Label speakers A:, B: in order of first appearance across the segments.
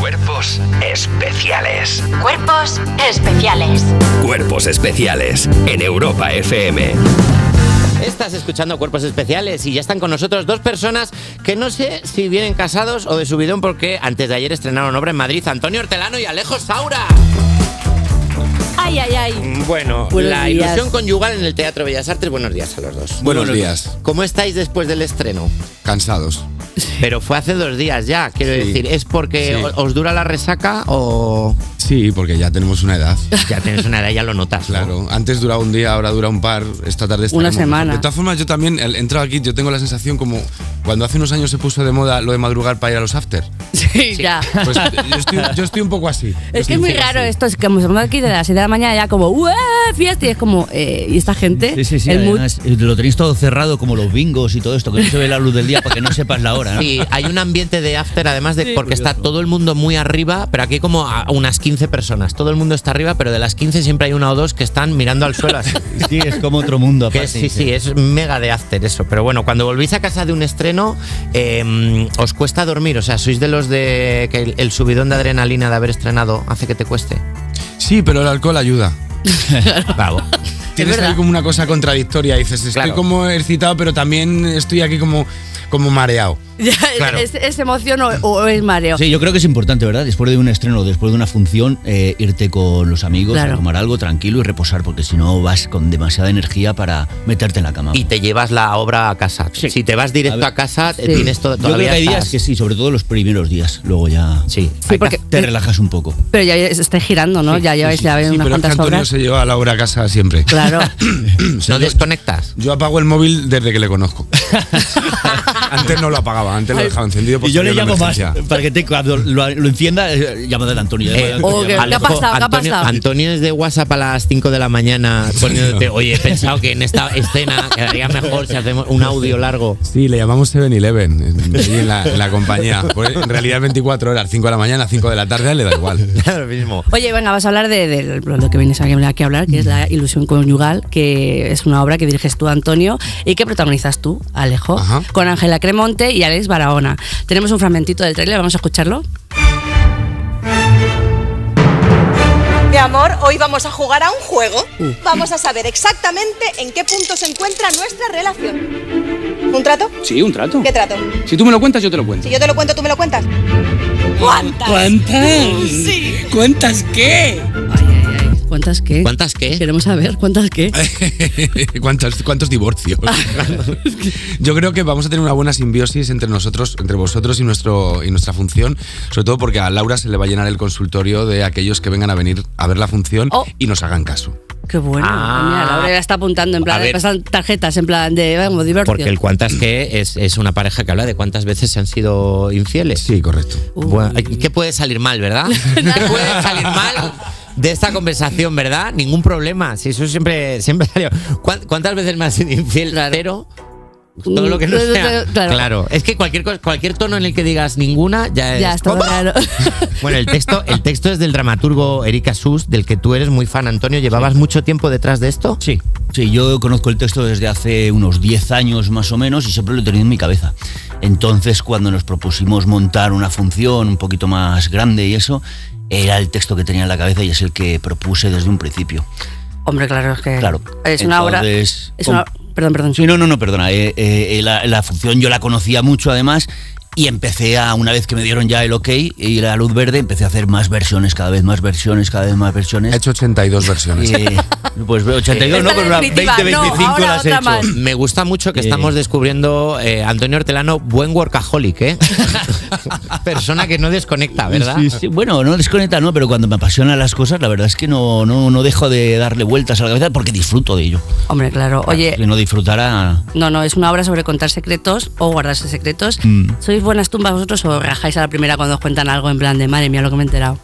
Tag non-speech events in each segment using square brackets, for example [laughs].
A: Cuerpos especiales.
B: Cuerpos especiales.
A: Cuerpos especiales en Europa FM.
C: Estás escuchando Cuerpos Especiales y ya están con nosotros dos personas que no sé si vienen casados o de subidón porque antes de ayer estrenaron obra en Madrid Antonio Hortelano y Alejo Saura.
D: Ay, ay, ay.
C: Bueno,
D: Buenos
C: la
D: días.
C: ilusión conyugal en el Teatro Bellas Artes. Buenos días a los dos.
E: Buenos días.
C: ¿Cómo estáis después del estreno?
E: Cansados.
C: Pero fue hace dos días ya, quiero
E: Sí.
C: decir. ¿Es porque
E: Sí.
C: o- os dura la resaca o
E: Sí, porque ya tenemos una edad.
C: ya tienes una edad, ya lo notas? ¿no?
E: Claro, antes duraba un día, ahora dura un par, esta tarde está
D: Una
E: como-
D: semana.
E: De todas formas, yo también al- he entrado aquí, yo tengo la sensación como cuando hace unos años se puso de moda lo de madrugar para ir a los after.
D: Sí, ya. [laughs]
E: Pues yo estoy, yo estoy un poco así. Yo
D: Es que
E: estoy
D: es
E: un
D: muy
E: poco
D: raro
E: así.
D: esto, es que como somos aquí de las 6 de la mañana ya como ¡Ué! fiesta y es como eh, y esta gente
F: Sí, sí, sí.
D: el mood-
F: además, eh, lo tenéis todo cerrado, como los bingos y todo esto, que no se ve la luz del día para que no sepas la hora, ¿no? [laughs]
C: Sí, hay un ambiente de after, además de
F: Sí.
C: porque está
F: Curioso.
C: todo el mundo muy arriba, pero aquí hay como a unas 15 personas. Todo el mundo está arriba, pero de las 15 siempre hay una o dos que están mirando al
F: [laughs]
C: suelo así.
F: Sí, es como otro mundo.
C: Que
F: aparte,
C: sí, sí, es mega de after eso. Pero bueno, cuando volvís a casa de un estreno, eh, os cuesta dormir. O sea, sois de los de que el, el subidón de adrenalina de haber estrenado hace que te cueste.
E: Sí, pero el alcohol ayuda.
C: Bravo.
E: Tienes ahí como una cosa contradictoria, dices, estoy
C: Claro.
E: como excitado, pero también estoy aquí como, como mareado.
D: [laughs] ya,
C: Claro.
D: es, es emoción o, o es mareo.
F: Sí, yo creo que es importante, ¿verdad? Después de un estreno, después de una función, eh, irte con los amigos
D: Claro.
F: a tomar algo tranquilo y reposar, porque si no vas con demasiada energía para meterte en la cama.
C: Y te llevas la obra a casa. Si te vas directo
F: Ah. A
C: a,
F: ver.
C: casa, eh,
D: Sí.
C: tienes todo.
F: yo creo que
C: Todavía
F: hay días
C: estás-
F: que sí, sobre todo los primeros días. Luego ya eh,
C: Sí,
D: Sí,
C: hay que-
D: porque-
F: te relajas un poco.
D: Pero ya estáis girando, ¿no? ya lleváis ya
E: Sí,
D: unas
E: pero es que
D: cuantas
E: Antonio
D: horas.
E: se [laughs] lleva a la hora a casa siempre.
D: [laughs] Claro.
F: [clears throat]
E: O sea,
C: no
E: yo-
C: desconectas.
E: Yo apago el móvil desde que le
F: [laughs]
E: conozco. antes no lo apagaba, antes lo dejaba encendido. por
F: Y yo
E: si
F: le
E: había una
F: llamo más
E: emergencia.
F: para que te, cuando lo, lo encienda, eh, llámate de Antonio.
C: Eh,
F: llámate de Antonio,
D: o que-
F: llámate de
D: ha
C: Alejo,
D: pasado? oh, ¿Qué ha
C: Antonio,
D: pasado?
C: Antonio es de WhatsApp a las 5 de la mañana poniéndote, oye, he pensado que en
D: [laughs]
C: esta escena quedaría mejor si hacemos un audio largo. [laughs]
E: Sí, le llamamos 7-Eleven en, ahí en la, en la compañía. Pues en realidad 24 horas, 5 de la mañana, 5 de la tarde, le da igual. [laughs]
C: Lo mismo.
D: Oye, venga, vas a hablar de, de lo que vienes aquí aquí a hablar,
E: Mm.
D: que es La Ilusión Conyugal, que es una obra que diriges tú, Antonio, y que protagonizas tú, Alejo,
E: Ajá.
D: con Ángela Cremonte y Alex Barahona. Tenemos un fragmentito del tráiler, vamos a escucharlo.
G: Mi amor, hoy vamos a jugar a un juego.
B: Mm.
G: Vamos a saber exactamente en qué punto se encuentra nuestra relación. ¿Un trato?
H: Sí, un trato.
G: ¿Qué trato?
H: Si tú me lo cuentas, yo te lo cuento.
G: Si yo te lo cuento, tú me lo cuentas. ¿Cuántas?
H: ¿Cuántas?
G: Sí.
H: ¿Cuántas qué?
D: Ay, ay, ay. ¿Cuántas qué?
C: ¿Cuántas qué?
D: Queremos saber, ¿cuántas qué?
E: ¿Cuántos, cuántos
F: [laughs]
E: divorcios? Yo creo que vamos a tener una buena simbiosis entre nosotros, entre vosotros y, nuestro, y nuestra función, sobre todo porque a Laura se le va a llenar el consultorio de aquellos que vengan a venir a ver la función
D: Oh.
E: y nos hagan caso.
D: Qué bueno.
C: Ah.
D: Mira, Laura ya está apuntando, en
C: A
D: plan,
C: ver.
D: de pasan tarjetas, en plan de, vamos, divorcio.
C: Porque el cuántas qué es, es una pareja que habla de cuántas veces se han sido infieles.
E: Sí, correcto.
C: Bueno, ¿Qué puede salir mal,
D: [laughs]
C: verdad? ¿Qué puede salir mal de esta conversación, verdad? Ningún problema. Si eso siempre, siempre salió. ¿Cuán- ¿Cuántas veces me has sido infiel? Cero. Todo lo que no
D: Mm,
C: sea.
D: claro.
C: Es que cualquier, cos- cualquier tono en el que digas ninguna ya es.
D: Ya, está
C: ¡Guapa! [laughs]
D: claro.
C: Bueno, el texto, el texto es del dramaturgo Eric Asus, del que tú eres muy fan, Antonio. ¿Llevabas mucho tiempo detrás de esto?
F: Sí, sí, yo conozco el texto desde hace unos 10 años más o menos y siempre lo he tenido en mi cabeza. Entonces, cuando nos propusimos montar una función un poquito más grande y eso, era el texto que tenía en la cabeza y es el que propuse desde un principio.
D: Hombre, claro, es que
F: Claro.
D: es una obra.
F: Entonces,
D: Es una, perdón, perdón.
F: Sí, no, no, no, perdona. eh, eh, eh, la, la función yo la conocía mucho además y empecé a, una vez que me dieron ya el ok y la luz verde, empecé a hacer más versiones, cada vez más versiones, cada vez más versiones.
E: He hecho 82 versiones.
D: [laughs]
F: Eh, pues 82, no,
D: Esta
F: pero una
D: definitiva,
F: 20,
D: no,
F: 25
D: ahora
F: las he
D: otra
F: hecho.
D: más.
C: Me gusta mucho que
F: Eh.
C: estamos descubriendo eh, Antonio Hortelano, buen workaholic,
F: [laughs]
C: ¿eh? Persona que no desconecta, ¿verdad?
F: Sí, sí. Bueno, no desconecta, no, pero cuando me apasionan las cosas, la verdad es que no, no, no dejo de darle vueltas a la cabeza porque disfruto de ello.
D: Hombre, claro. Oye,
F: Que no disfrutara.
D: No, no, es una obra sobre contar secretos o guardarse secretos.
F: Mm.
D: ¿Sois buenas tumbas vosotros o rajáis a la primera cuando os cuentan algo en plan de madre mía lo que me he enterado?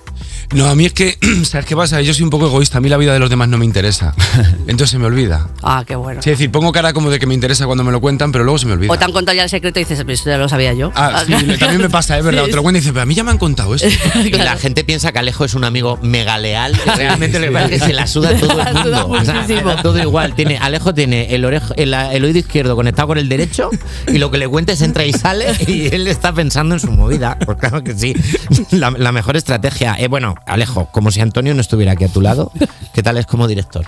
E: No, a mí es que, [clears throat] ¿sabes qué pasa? Yo soy un poco egoísta, a mí la vida de los demás no me
D: [laughs]
E: interesa. Entonces se me olvida.
D: Ah, qué bueno.
E: Es decir, pongo cara como de que me interesa cuando me lo cuentan, pero luego se me olvida.
D: O te han contado ya el secreto y dices, pero eso ya lo sabía yo.
E: Ah,
D: [laughs]
E: sí, también me pasa, es verdad.
D: Sí,
E: Te lo cuentan y dices, pero a mí ya me han contado
D: [laughs]
E: esto.
C: Y la gente piensa que Alejo es un amigo mega leal. que
D: [laughs]
C: Realmente le parece que se la suda todo el
D: La suda
C: mundo. O sea, le
D: muchísimo.
C: da todo igual. Tiene, Alejo tiene el, orejo, el, el oído izquierdo conectado con el derecho y lo que le cuentes entra y sale y él está pensando en su movida. Pues claro que sí. La, la mejor estrategia. Eh, bueno, Alejo, como si Antonio no estuviera aquí a tu lado, ¿qué tal es como director?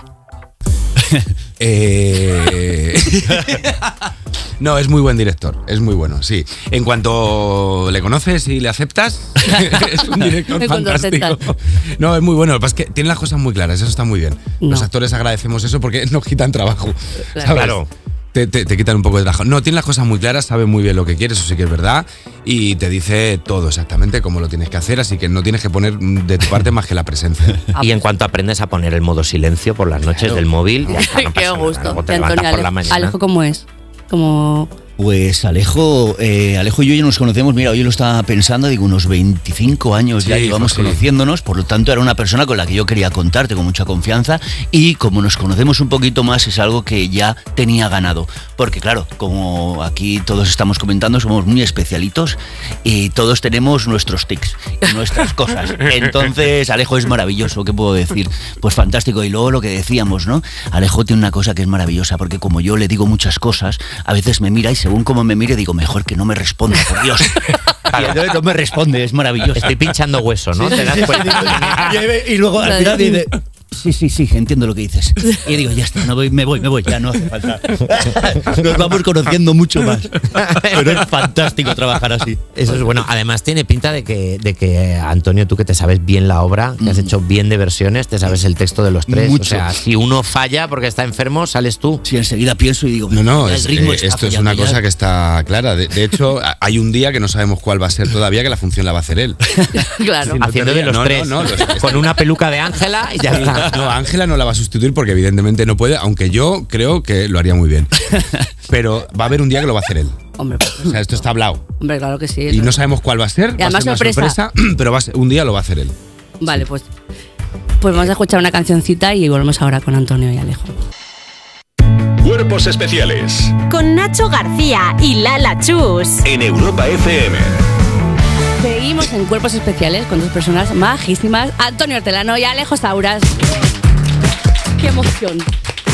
E: Eh, [laughs] No, es muy buen director, es muy bueno, sí. En cuanto le conoces y le aceptas, [laughs] es un director
D: En cuanto
E: fantástico.
D: aceptas.
E: No, es muy bueno. Lo que pasa es que tiene las cosas muy claras, eso está muy bien. Los
D: No.
E: actores agradecemos eso porque nos quitan trabajo.
D: Claro.
E: ¿sabes?
C: Claro.
E: Te, te- te quitan un poco de trabajo. No, tiene las cosas muy claras, sabe muy bien lo que quieres, eso sí que es verdad, y te dice todo exactamente cómo lo tienes que hacer, así que no tienes que poner de tu parte más que la presencia.
C: Y en cuanto aprendes a poner el modo silencio por las noches del móvil, ya
D: [laughs]
C: está, no
D: Qué
C: pasa nada.
D: gusto.
C: Luego te
D: Y
C: levantas
D: Antonio,
C: por la
D: Alejo,
C: mañana.
D: Alejo, ¿cómo es?
C: [laughs]
D: Como [laughs]
F: Pues Alejo, eh, Alejo y yo ya nos conocemos, mira, yo lo estaba pensando, digo, unos 25 años ya
E: Sí,
F: llevamos
E: José.
F: conociéndonos, por lo tanto era una persona con la que yo quería contarte con mucha confianza y como nos conocemos un poquito más es algo que ya tenía ganado, porque claro, como aquí todos estamos comentando, somos muy especialitos y todos tenemos nuestros tics, y nuestras cosas. Entonces Alejo es maravilloso, ¿qué puedo decir? Pues fantástico, y luego lo que decíamos, ¿no? Alejo tiene una cosa que es maravillosa, porque como yo le digo muchas cosas, a veces me mira y según como me mire digo, mejor que no me responda, por Dios. Y entonces no me responde, es maravilloso.
C: Estoy pinchando hueso, ¿no? ¿Te das cuenta?
F: Y luego
D: al final dice,
F: Sí, sí, sí, entiendo lo que dices. Y digo, ya está, no voy, me voy, me voy, ya no hace falta.
E: [laughs]
F: Nos vamos conociendo mucho más. Pero es fantástico trabajar así.
C: Eso es bueno. Además, tiene pinta de que, de que eh, Antonio, tú que te sabes bien la obra, que has
E: Mm.
C: hecho bien de versiones, te sabes el texto de los tres. O
F: Mucho.
C: sea, si uno falla porque está enfermo, sales tú.
F: Si enseguida pienso y digo,
E: No, no,
F: ya
E: es-
F: el ritmo
E: eh,
F: está
E: esto es
F: fallando
E: una
F: ya.
E: cosa que está clara. De, de hecho, a- hay un día que no sabemos cuál va a ser todavía, que la función la va a hacer él.
D: claro.
E: no te
C: haciendo de
E: rías.
C: los
E: No,
C: tres.
E: no, no, los-
C: con una peluca de Ángela y ya
E: [laughs]
C: está.
E: No, Ángela no la va a sustituir porque evidentemente no puede, aunque yo creo que lo haría muy bien. Pero va a haber un día que lo va a hacer él.
D: Hombre, pues,
E: O sea, esto está hablado.
D: hombre, claro que sí.
E: Y
D: eso-
E: no sabemos cuál va a ser. va a
D: además
E: ser una
D: sorpresa.
E: [clears throat] pero va a ser- un día lo va a hacer él.
D: Vale, pues. Pues vamos a escuchar una cancioncita y volvemos ahora con Antonio y Alejo.
I: Cuerpos especiales
B: Con Nacho García y Lala Chus.
I: en Europa FM.
D: Seguimos en Cuerpos Especiales con dos personas majísimas, Antonio Hortelano y Alejo Sauras. ¡Qué emoción!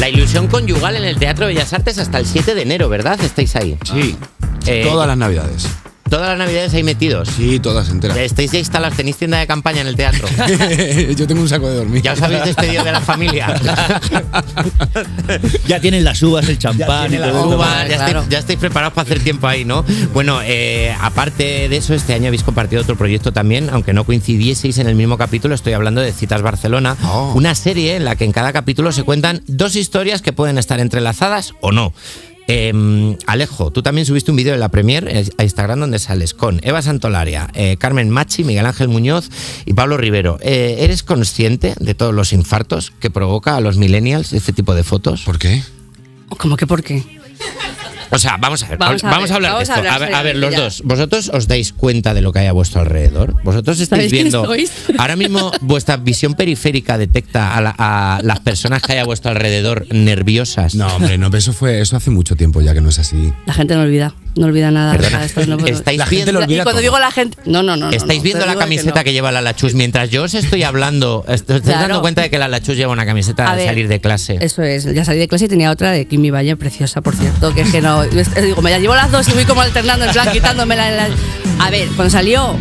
C: La ilusión conyugal en el Teatro Bellas Artes hasta el 7 de enero, ¿verdad? Estáis ahí.
E: Sí.
C: Eh,
E: Ah. todas las navidades.
C: Todas las navidades ahí metidos.
E: Sí,
C: [laughs]
E: todas enteras.
C: Estáis ya instalados, tenéis tienda de campaña en el
E: [laughs]
C: teatro.
E: yo tengo un saco de dormir.
C: Ya os habéis despedido de la familia.
E: [laughs]
F: Ya tienen las uvas, el champán y
C: Tiene la
F: todo.
C: uva,
D: Claro.
C: ya, estáis, ya estáis preparados para hacer tiempo ahí, ¿no? Bueno, eh, aparte de eso, este año habéis compartido otro proyecto también, aunque no coincidieseis en el mismo capítulo, estoy hablando de Citas Barcelona,
E: Oh.
C: una serie en la que en cada capítulo se cuentan dos historias que pueden estar entrelazadas o no. Eh, Alejo, tú también subiste un vídeo de la premier eh, a Instagram donde sales con Eva Santolaria, eh, Carmen Machi, Miguel Ángel Muñoz y Pablo Rivero. Eh, ¿Eres consciente de todos los infartos que provoca a los millennials este tipo de fotos?
E: ¿Por qué?
D: ¿Cómo que por qué?
C: O sea, vamos a ver,
D: Vamos a
C: vamos
D: ver,
C: a hablar de
D: vamos a
C: esto.
D: hablar
C: A ver, a ver, los
D: seriamente
C: dos. ¿Vosotros os dais cuenta de lo que hay a vuestro alrededor? ¿Vosotros estáis
D: ¿Sabéis quiénes
C: viendo?
D: sois? [laughs]
C: Ahora mismo vuestra visión periférica detecta a, la- a las personas que hay a vuestro alrededor nerviosas.
E: No, hombre, no, pero eso fue, eso hace mucho tiempo ya que no es así.
D: La gente no olvida, no olvida nada.
C: Perdona,
D: o sea, esto no-
C: estáis
E: La gente
C: viendo,
E: lo olvida
D: y cuando
E: todo.
D: digo la gente. No, no, no. no,
C: estáis
D: no,
C: viendo
D: te
C: la
D: digo que
C: camiseta que,
D: no.
C: lleva la Lachus mientras yo os estoy hablando. Os estáis
D: Claro.
C: dando cuenta de que la Lachus lleva una camiseta
D: A
C: de
D: ver,
C: salir de clase.
D: Eso es, ya salí de clase y tenía otra de Kimi Valle, preciosa, por cierto, que es que no. es- Digo, me la llevo las dos y voy como alternando, en plan, quitándomela. en la- A ver, cuando salió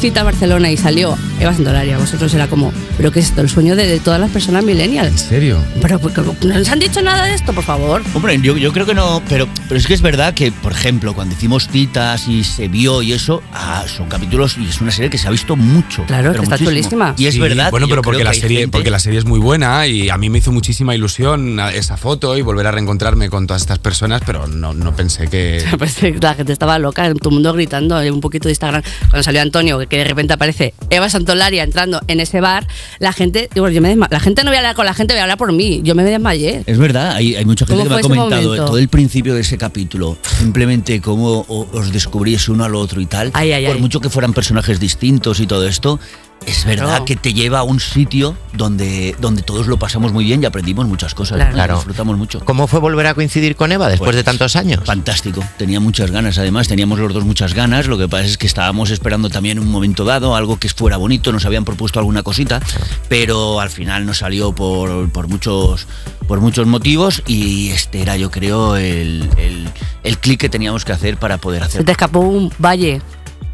D: Cita Barcelona y salió Eva Santolaria, vosotros era como, ¿pero qué es esto? El sueño de, de todas las personas
E: ¿En
D: millennials.
E: serio?
D: Pero pues, ¿cómo- no nos han dicho nada de esto, por favor. [laughs]
F: Hombre, yo, yo creo que no, pero, pero es que es verdad que, por ejemplo, cuando hicimos citas y se vio y eso, ah, son capítulos y es una serie que se ha visto mucho.
D: Claro,
F: pero
D: que está
F: muchísimo.
D: chulísima.
F: Y es
E: Sí,
F: verdad.
E: Bueno,
F: que yo
E: pero
F: creo
E: porque
F: que
E: la,
F: hay
E: serie,
F: gente-
E: porque la serie es muy buena y a mí me hizo muchísima ilusión a- esa foto y volver a reencontrarme con todas estas personas, pero no, no pensé
F: [laughs]
E: que.
D: Pues, sí, la gente estaba loca, en todo el mundo gritando, en un poquito de Instagram. Cuando salió Antonio, que de repente aparece Eva Santolaria entrando en ese bar, la gente, digo, yo me desma- la gente no voy a hablar con la gente, voy a hablar por mí. Yo me desmayé.
F: Es verdad, hay, hay mucha
D: ¿Cómo
F: gente que me
D: fue
F: ha
D: ese
F: comentado eh,
D: momento?
F: todo el principio de ese capítulo, simplemente cómo o- os descubrís uno al otro y tal,
D: Ay, ay,
F: por
D: ay.
F: mucho que fueran personajes distintos y todo esto, es verdad
D: Claro.
F: que te lleva a un sitio donde, donde todos lo pasamos muy bien y aprendimos muchas cosas.
D: Claro.
F: ¿no?
C: Claro.
F: Disfrutamos mucho.
C: ¿Cómo fue volver a coincidir con Eva después
F: Pues,
C: de tantos años?
F: Fantástico, tenía muchas ganas, además teníamos los dos muchas ganas, lo que pasa es que estábamos esperando también un momento dado, algo que fuera bonito, nos habían propuesto alguna cosita, pero al final no salió por, por muchos, por muchos motivos y este era yo creo el, el, el clic que teníamos que hacer para poder
D: Se te
F: hacer.
D: escapó un valle.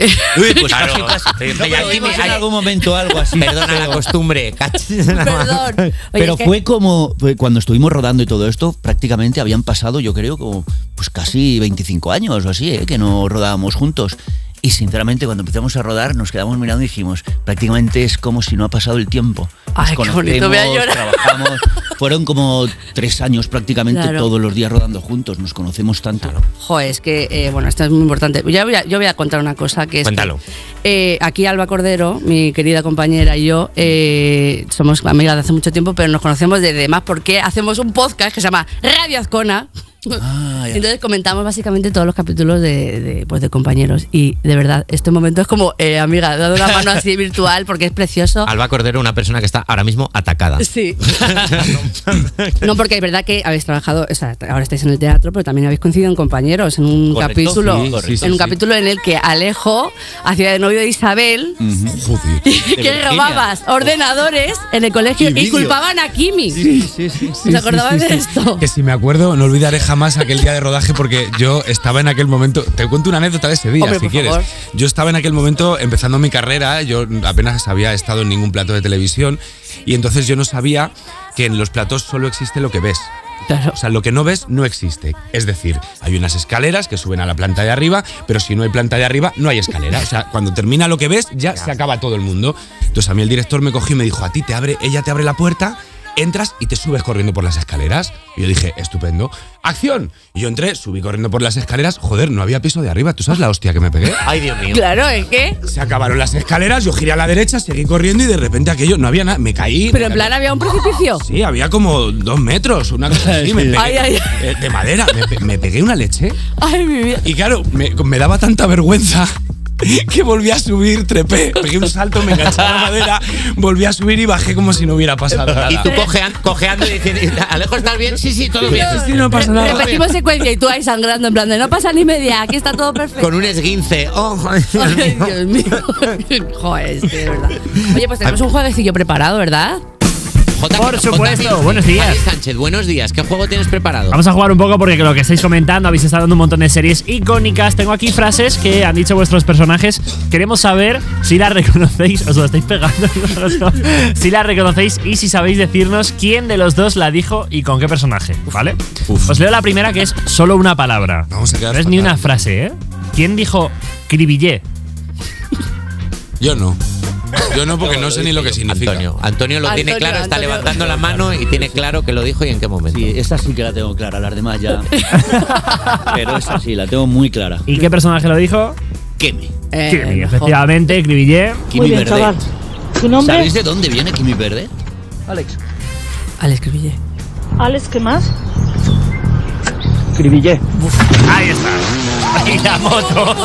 F: Uy, pues
C: [laughs] Claro,
F: casi, casi.
C: sí,
F: No, pero
C: aquí me-
F: vimos en
C: ahí-
F: algún momento algo así.
C: Perdona la costumbre. [laughs] cachis, nada más.
D: [laughs] Perdón. Oye,
F: Pero
D: es que-
F: fue como, fue cuando estuvimos rodando y todo esto, prácticamente habían pasado, yo creo, como pues casi 25 años o así, ¿eh? que no rodábamos juntos. Y sinceramente, cuando empezamos a rodar, nos quedamos mirando y dijimos, prácticamente es como si no ha pasado el tiempo. Nos
D: Ay, qué bonito, voy a llorar.
F: trabajamos. Fueron como tres años prácticamente
D: Claro.
F: todos los días rodando juntos, nos conocemos tanto.
D: Joder, es que, eh, bueno, esto es muy importante. Yo voy a, yo voy a contar una cosa que es... que,
C: Cuéntalo.
D: eh, aquí Alba Cordero, mi querida compañera y yo, eh, somos amigas de hace mucho tiempo, pero nos conocemos desde más porque hacemos un podcast que se llama Radio Azcona.
F: Ah, ya.
D: Entonces comentamos básicamente todos los capítulos de, de, pues, de compañeros y de verdad, este momento es como, eh, amiga, dado la mano así virtual porque es precioso.
C: Alba Cordero, una persona que está ahora mismo atacada.
D: Sí. no, porque es verdad que habéis trabajado, o sea, ahora estáis en el teatro, pero también habéis coincidido en compañeros, en un
F: Correcto,
D: capítulo,
F: sí, correcto,
D: en un
F: sí.
D: capítulo en el que Alejo hacía de novio de Isabel, [laughs]
E: Joder.
D: que
F: Virginia.
D: robabas ordenadores en el colegio y,
E: vídeos.
D: culpaban a Kimi.
F: sí, sí.
D: ¿Os acordabais de esto?
E: [laughs] Que si me acuerdo, no olvidaré jamás aquel día de rodaje porque yo estaba en aquel momento. Te cuento una anécdota de ese día,
D: Hombre,
E: si
D: por
E: quieres.
D: favor.
E: Yo estaba en aquel momento empezando mi carrera, yo apenas había estado en ningún plato de televisión y entonces yo no sabía que en los platos solo existe lo que ves.
D: Claro.
E: O sea, lo que no ves no existe. Es decir, hay unas escaleras que suben a la planta de arriba, pero si no hay planta de arriba, no hay escalera. O sea, cuando termina lo que ves, ya se acaba todo el mundo. Entonces a mí el director me cogió y me dijo, a ti te abre, ella te abre la puerta, entras y te subes corriendo por las escaleras. Y yo dije, estupendo, acción. Y yo entré, subí corriendo por las escaleras, joder, no había piso de arriba, ¿tú sabes la hostia que me pegué?
C: Ay, Dios mío.
D: Claro, es que.
E: Se acabaron las escaleras, yo giré a la derecha, seguí corriendo y de repente aquello, no había nada, me caí.
D: Pero en
E: me
D: plan había un precipicio.
E: Sí, había como dos metros, una cosa así. Me pegué,
D: Ay, ay, ay.
E: eh, De madera, me, pe- me pegué una leche.
D: Ay, mi vida.
E: Y claro, me, me daba tanta vergüenza [laughs] que volví a subir, trepé, pegué un salto, me enganché a la madera, volví a subir y bajé como si no hubiera pasado nada.
C: Y tú cojean- cojeando y diciendo, Alejo, ¿estás bien? Sí, sí, todo bien.
E: Sí, no pasa nada.
D: Repetimos secuencia y tú ahí sangrando en plan de no pasa ni media, aquí está todo perfecto.
C: Con un esguince. Oh, Dios
D: Ay,
C: mío.
D: Dios mío. Joder, es que de verdad. Oye, pues tenemos un jueguecillo preparado, ¿verdad?
C: J-
J: Por
C: J-
J: supuesto,
C: J-
J: buenos días.
C: Javi Sánchez, buenos días. ¿Qué juego tienes preparado?
J: Vamos a jugar un poco porque con lo que estáis comentando habéis estado dando un montón de series icónicas. Tengo aquí frases que han dicho vuestros personajes. Queremos saber si las reconocéis. Os lo estáis pegando. [laughs] no, no, no. si las reconocéis y si sabéis decirnos quién de los dos la dijo y con qué personaje. ¿Vale?
E: Uf.
J: Os leo la primera que es solo una palabra.
E: Vamos a quedar
J: no es ni
E: fatal.
J: una frase, ¿eh? ¿Quién dijo cribillé?
E: Yo no. Yo no porque no sé ni lo que significa.
C: Antonio. Antonio lo tiene
D: Antonio,
C: claro, está
D: Antonio.
C: levantando la mano y tiene claro que lo dijo y en qué momento.
F: Sí, esta sí que la tengo clara, las
D: [laughs]
F: demás ya. Pero esa sí, la tengo muy clara.
J: ¿Y qué personaje lo dijo?
F: Kemi.
D: Eh,
J: Kimi,
D: jo-
J: efectivamente, cribillé.
F: Kimi Verde.
K: ¿Su nombre?
F: ¿Sabéis de dónde viene Kimi Verde?
D: Alex Cribille.
K: Alex, ¿qué más?
J: Ahí está. Y la moto.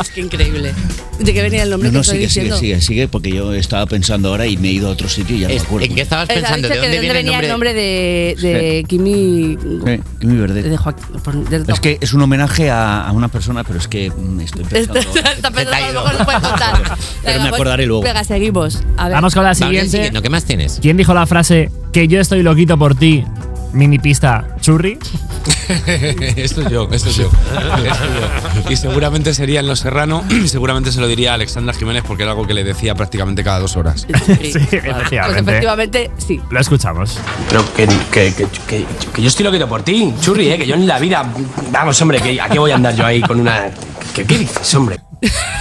D: es que increíble. ¿De qué venía el nombre
F: No, no,
D: que estoy
F: sigue, sigue,
D: diciendo?
F: sigue, sigue, porque yo estaba pensando ahora y me he ido a otro sitio y ya no me
C: Es-
F: acuerdo.
C: ¿En qué estabas
D: Eh, ha
C: pensando?
D: dicho
C: ¿De
D: que
C: dónde viene el nombre?
D: de, de Kimi.
F: Eh, Kimi Verde.
D: De Joaquín. de-
F: Es que es un homenaje a, a una persona, pero es que mm, estoy
D: Está
F: pensando.
D: está
C: Se te
D: pensando,
C: ha
D: a lo
C: ido.
D: mejor no puede contar.
F: Pero
D: Venga,
F: me
D: pues,
F: acordaré luego.
D: Venga, seguimos. A ver.
J: Vamos con la
C: Vamos al
J: siguiente.
C: siguiente, ¿Qué más tienes?
J: ¿Quién dijo la frase que yo estoy loquito por ti? Mini pista churri.
E: [laughs] esto es yo, esto es yo. Esto es yo. Y seguramente sería en Los Serrano, [clears throat] y seguramente se lo diría a Alexandra Jiménez porque era algo que le decía prácticamente cada dos horas.
J: [laughs] Sí, efectivamente.
D: Pues efectivamente, sí.
J: Lo escuchamos.
L: Pero que, que, que, que- que yo estoy loquito por ti, churri, ¿eh? que yo en la vida. Vamos, hombre, que, ¿a qué voy a andar yo ahí con una. ¿Qué, qué dices, hombre?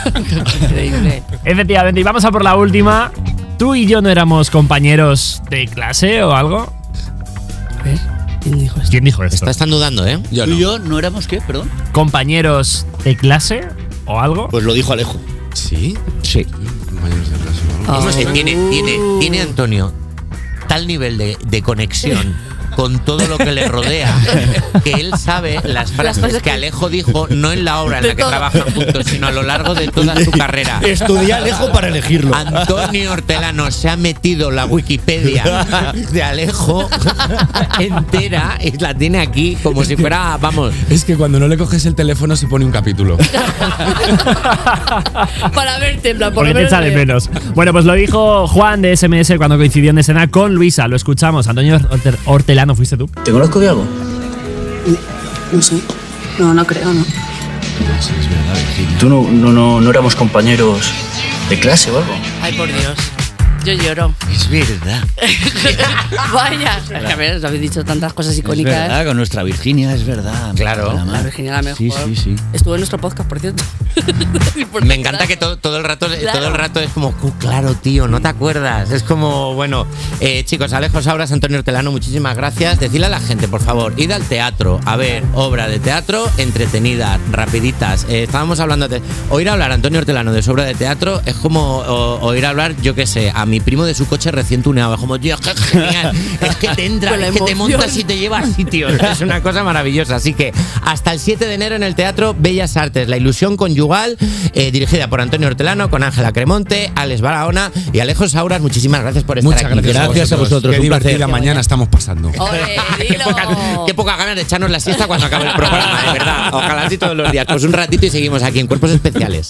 D: Increíble.
J: Efectivamente, y vamos a por la última. ¿Tú y yo no éramos compañeros de clase o algo?
D: A ver, ¿quién dijo esto?
J: ¿Quién dijo esto?
C: Estás tan dudando, ¿eh?
E: Yo
F: ¿Tú
E: no.
F: y yo no éramos qué? Perdón.
J: ¿Compañeros de clase o algo?
F: Pues lo dijo Alejo.
E: ¿Sí?
F: Sí.
E: Compañeros de clase, ¿no?
C: eh,
M: Uh.
C: Vamos a ver, tiene, tiene, tiene Antonio tal nivel de, de conexión con todo lo que le rodea, que él sabe las frases
M: cosas
C: que Alejo dijo no en la obra en
M: De
C: la que
M: todo.
C: trabajan juntos, sino a lo largo de toda su carrera.
M: Estudié a Alejo para elegirlo.
C: Antonio Hortelano se ha metido la Wikipedia de Alejo entera y la tiene aquí como si fuera, vamos,
E: Es que cuando no le coges el teléfono se pone un capítulo.
D: Para verte, en plan, por
J: Porque
D: lo
J: te
D: menos.
J: echa de menos. Bueno, pues lo dijo Juan de SMS cuando coincidió en escena con Luisa. Lo escuchamos. Antonio Hortel- Hortelano, ¿fuiste tú?
N: ¿Te conozco de algo?
O: No sé. No, no creo, no.
N: ¿Tú no, no, no, no éramos compañeros de clase o algo?
D: Ay, por Dios. Yo lloro.
F: Es verdad.
D: Vaya. Es que, a ver, os habéis dicho tantas cosas
F: Es
D: icónicas.
F: verdad, con nuestra Virginia, es verdad. Claro.
D: La Virginia la mejor.
F: Sí, sí, sí.
D: Estuvo en nuestro podcast, por cierto. [laughs]
C: Me encanta que todo, todo el rato eh,
D: Claro.
C: todo el rato es como, "Cu, claro, tío, no te acuerdas. Es como, bueno, eh, chicos, Alejo Sabras, Antonio Hortelano, muchísimas gracias. Decirle a la gente, por favor, id al teatro a ver obra de teatro entretenida, rapiditas. Eh, estábamos hablando de. Oír hablar a Antonio Hortelano de su obra de teatro es como o- oír hablar, yo qué sé, a mi primo de su coche recién tuneado. Es como, tío, qué genial. Es que
M: [laughs]
C: te entra,
M: Con la
C: es que te
M: emoción.
C: montas y te lleva a sitios. Es una cosa maravillosa. Así que hasta el 7 de enero en el Teatro Bellas Artes, La Ilusión Conyugal, eh, dirigida por Antonio Hortelano, con Ángela Cremonte, Alex Barahona y Alejo Sauras. Muchísimas gracias por estar
E: Muchas
C: aquí.
E: gracias, Qué divertida mañana estamos pasando.
F: [laughs]
C: Qué pocas ganas de echarnos la siesta cuando acabe el programa, de
E: [laughs]
C: verdad. Ojalá así todos los días. Pues un ratito y seguimos aquí en Cuerpos Especiales.